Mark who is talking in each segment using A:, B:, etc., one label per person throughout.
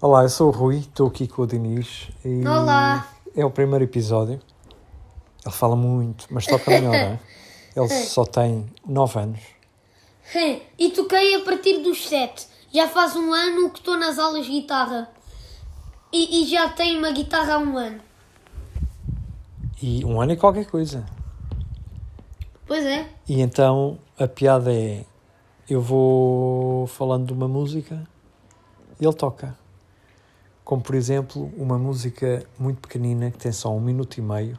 A: Olá, eu sou o Rui, estou aqui com o Diniz e
B: Olá.
A: é o primeiro episódio. Ele fala muito, mas toca melhor, não é? Ele só tem 9 anos.
B: Hum, E toquei a partir dos 7. Já faz um ano que estou nas aulas de guitarra. E, e já tenho uma guitarra há um ano.
A: E um ano é qualquer coisa.
B: Pois é.
A: E então a piada é: eu vou falando de uma música e ele toca. Como por exemplo, uma música muito pequenina que tem só um minuto e meio,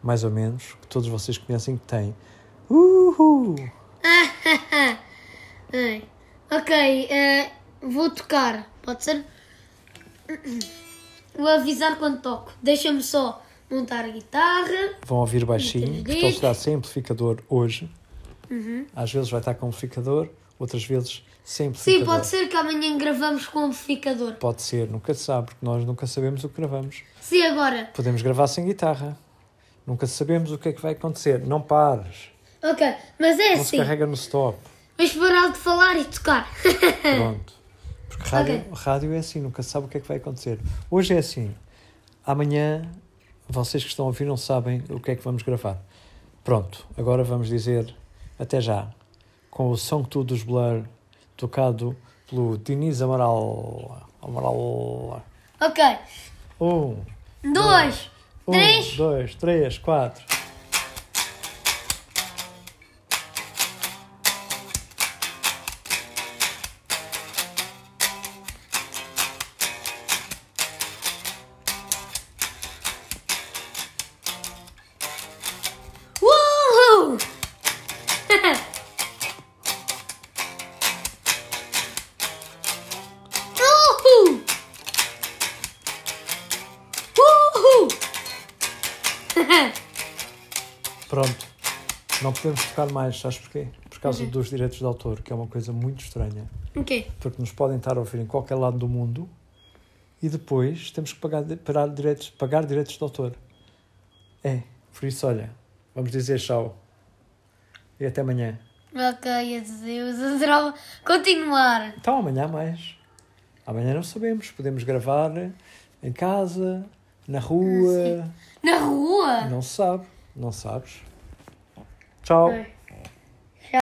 A: mais ou menos, que todos vocês conhecem que tem. Uhul!
B: Ai. Ok, eh, vou tocar. Pode ser? Vou avisar quando toco. Deixa-me só montar a guitarra.
A: Vão ouvir baixinho, que estou a jogar sem amplificador hoje.
B: Uhum.
A: Às vezes vai estar com amplificador, outras vezes sem amplificador.
B: Sim, pode ser que amanhã gravamos com o amplificador.
A: Pode ser, nunca se sabe, porque nós nunca sabemos o que gravamos.
B: Sim, agora.
A: Podemos gravar sem guitarra. Nunca sabemos o que é que vai acontecer. Não pares.
B: Ok, mas é
A: Não se
B: assim.
A: carrega no stop.
B: Mas parar de falar e tocar.
A: Pronto. Porque rádio,
B: É. Ok.
A: rádio é assim, nunca se sabe o que é que vai acontecer. Hoje é assim. Amanhã, vocês que estão a ouvir não sabem o que é que vamos gravar. Pronto, agora vamos dizer até já. Com o Song Tu dos Blur, tocado pelo Diniz Amaral. Amaral.
B: ok.
A: Um,
B: Dois.
A: um,
B: Três.
A: dois, três, quatro.
B: Uhul! Uhul! Uhul!
A: Pronto. Não podemos tocar mais, sabes porquê? Por
B: Uhum.
A: causa dos direitos de autor, que é uma coisa muito estranha.
B: ok.
A: Porque nos podem estar a ouvir em qualquer lado do mundo e depois temos que pagar, parar direitos, pagar direitos de autor. É. Por isso, olha, vamos dizer tchau. E até amanhã.
B: Ok, adeus. Adorava continuar.
A: Então, amanhã há mais. Amanhã não sabemos. Podemos gravar em casa, na rua.
B: Na rua?
A: Não se sabe. Não sabes. Tchau.
B: Ok.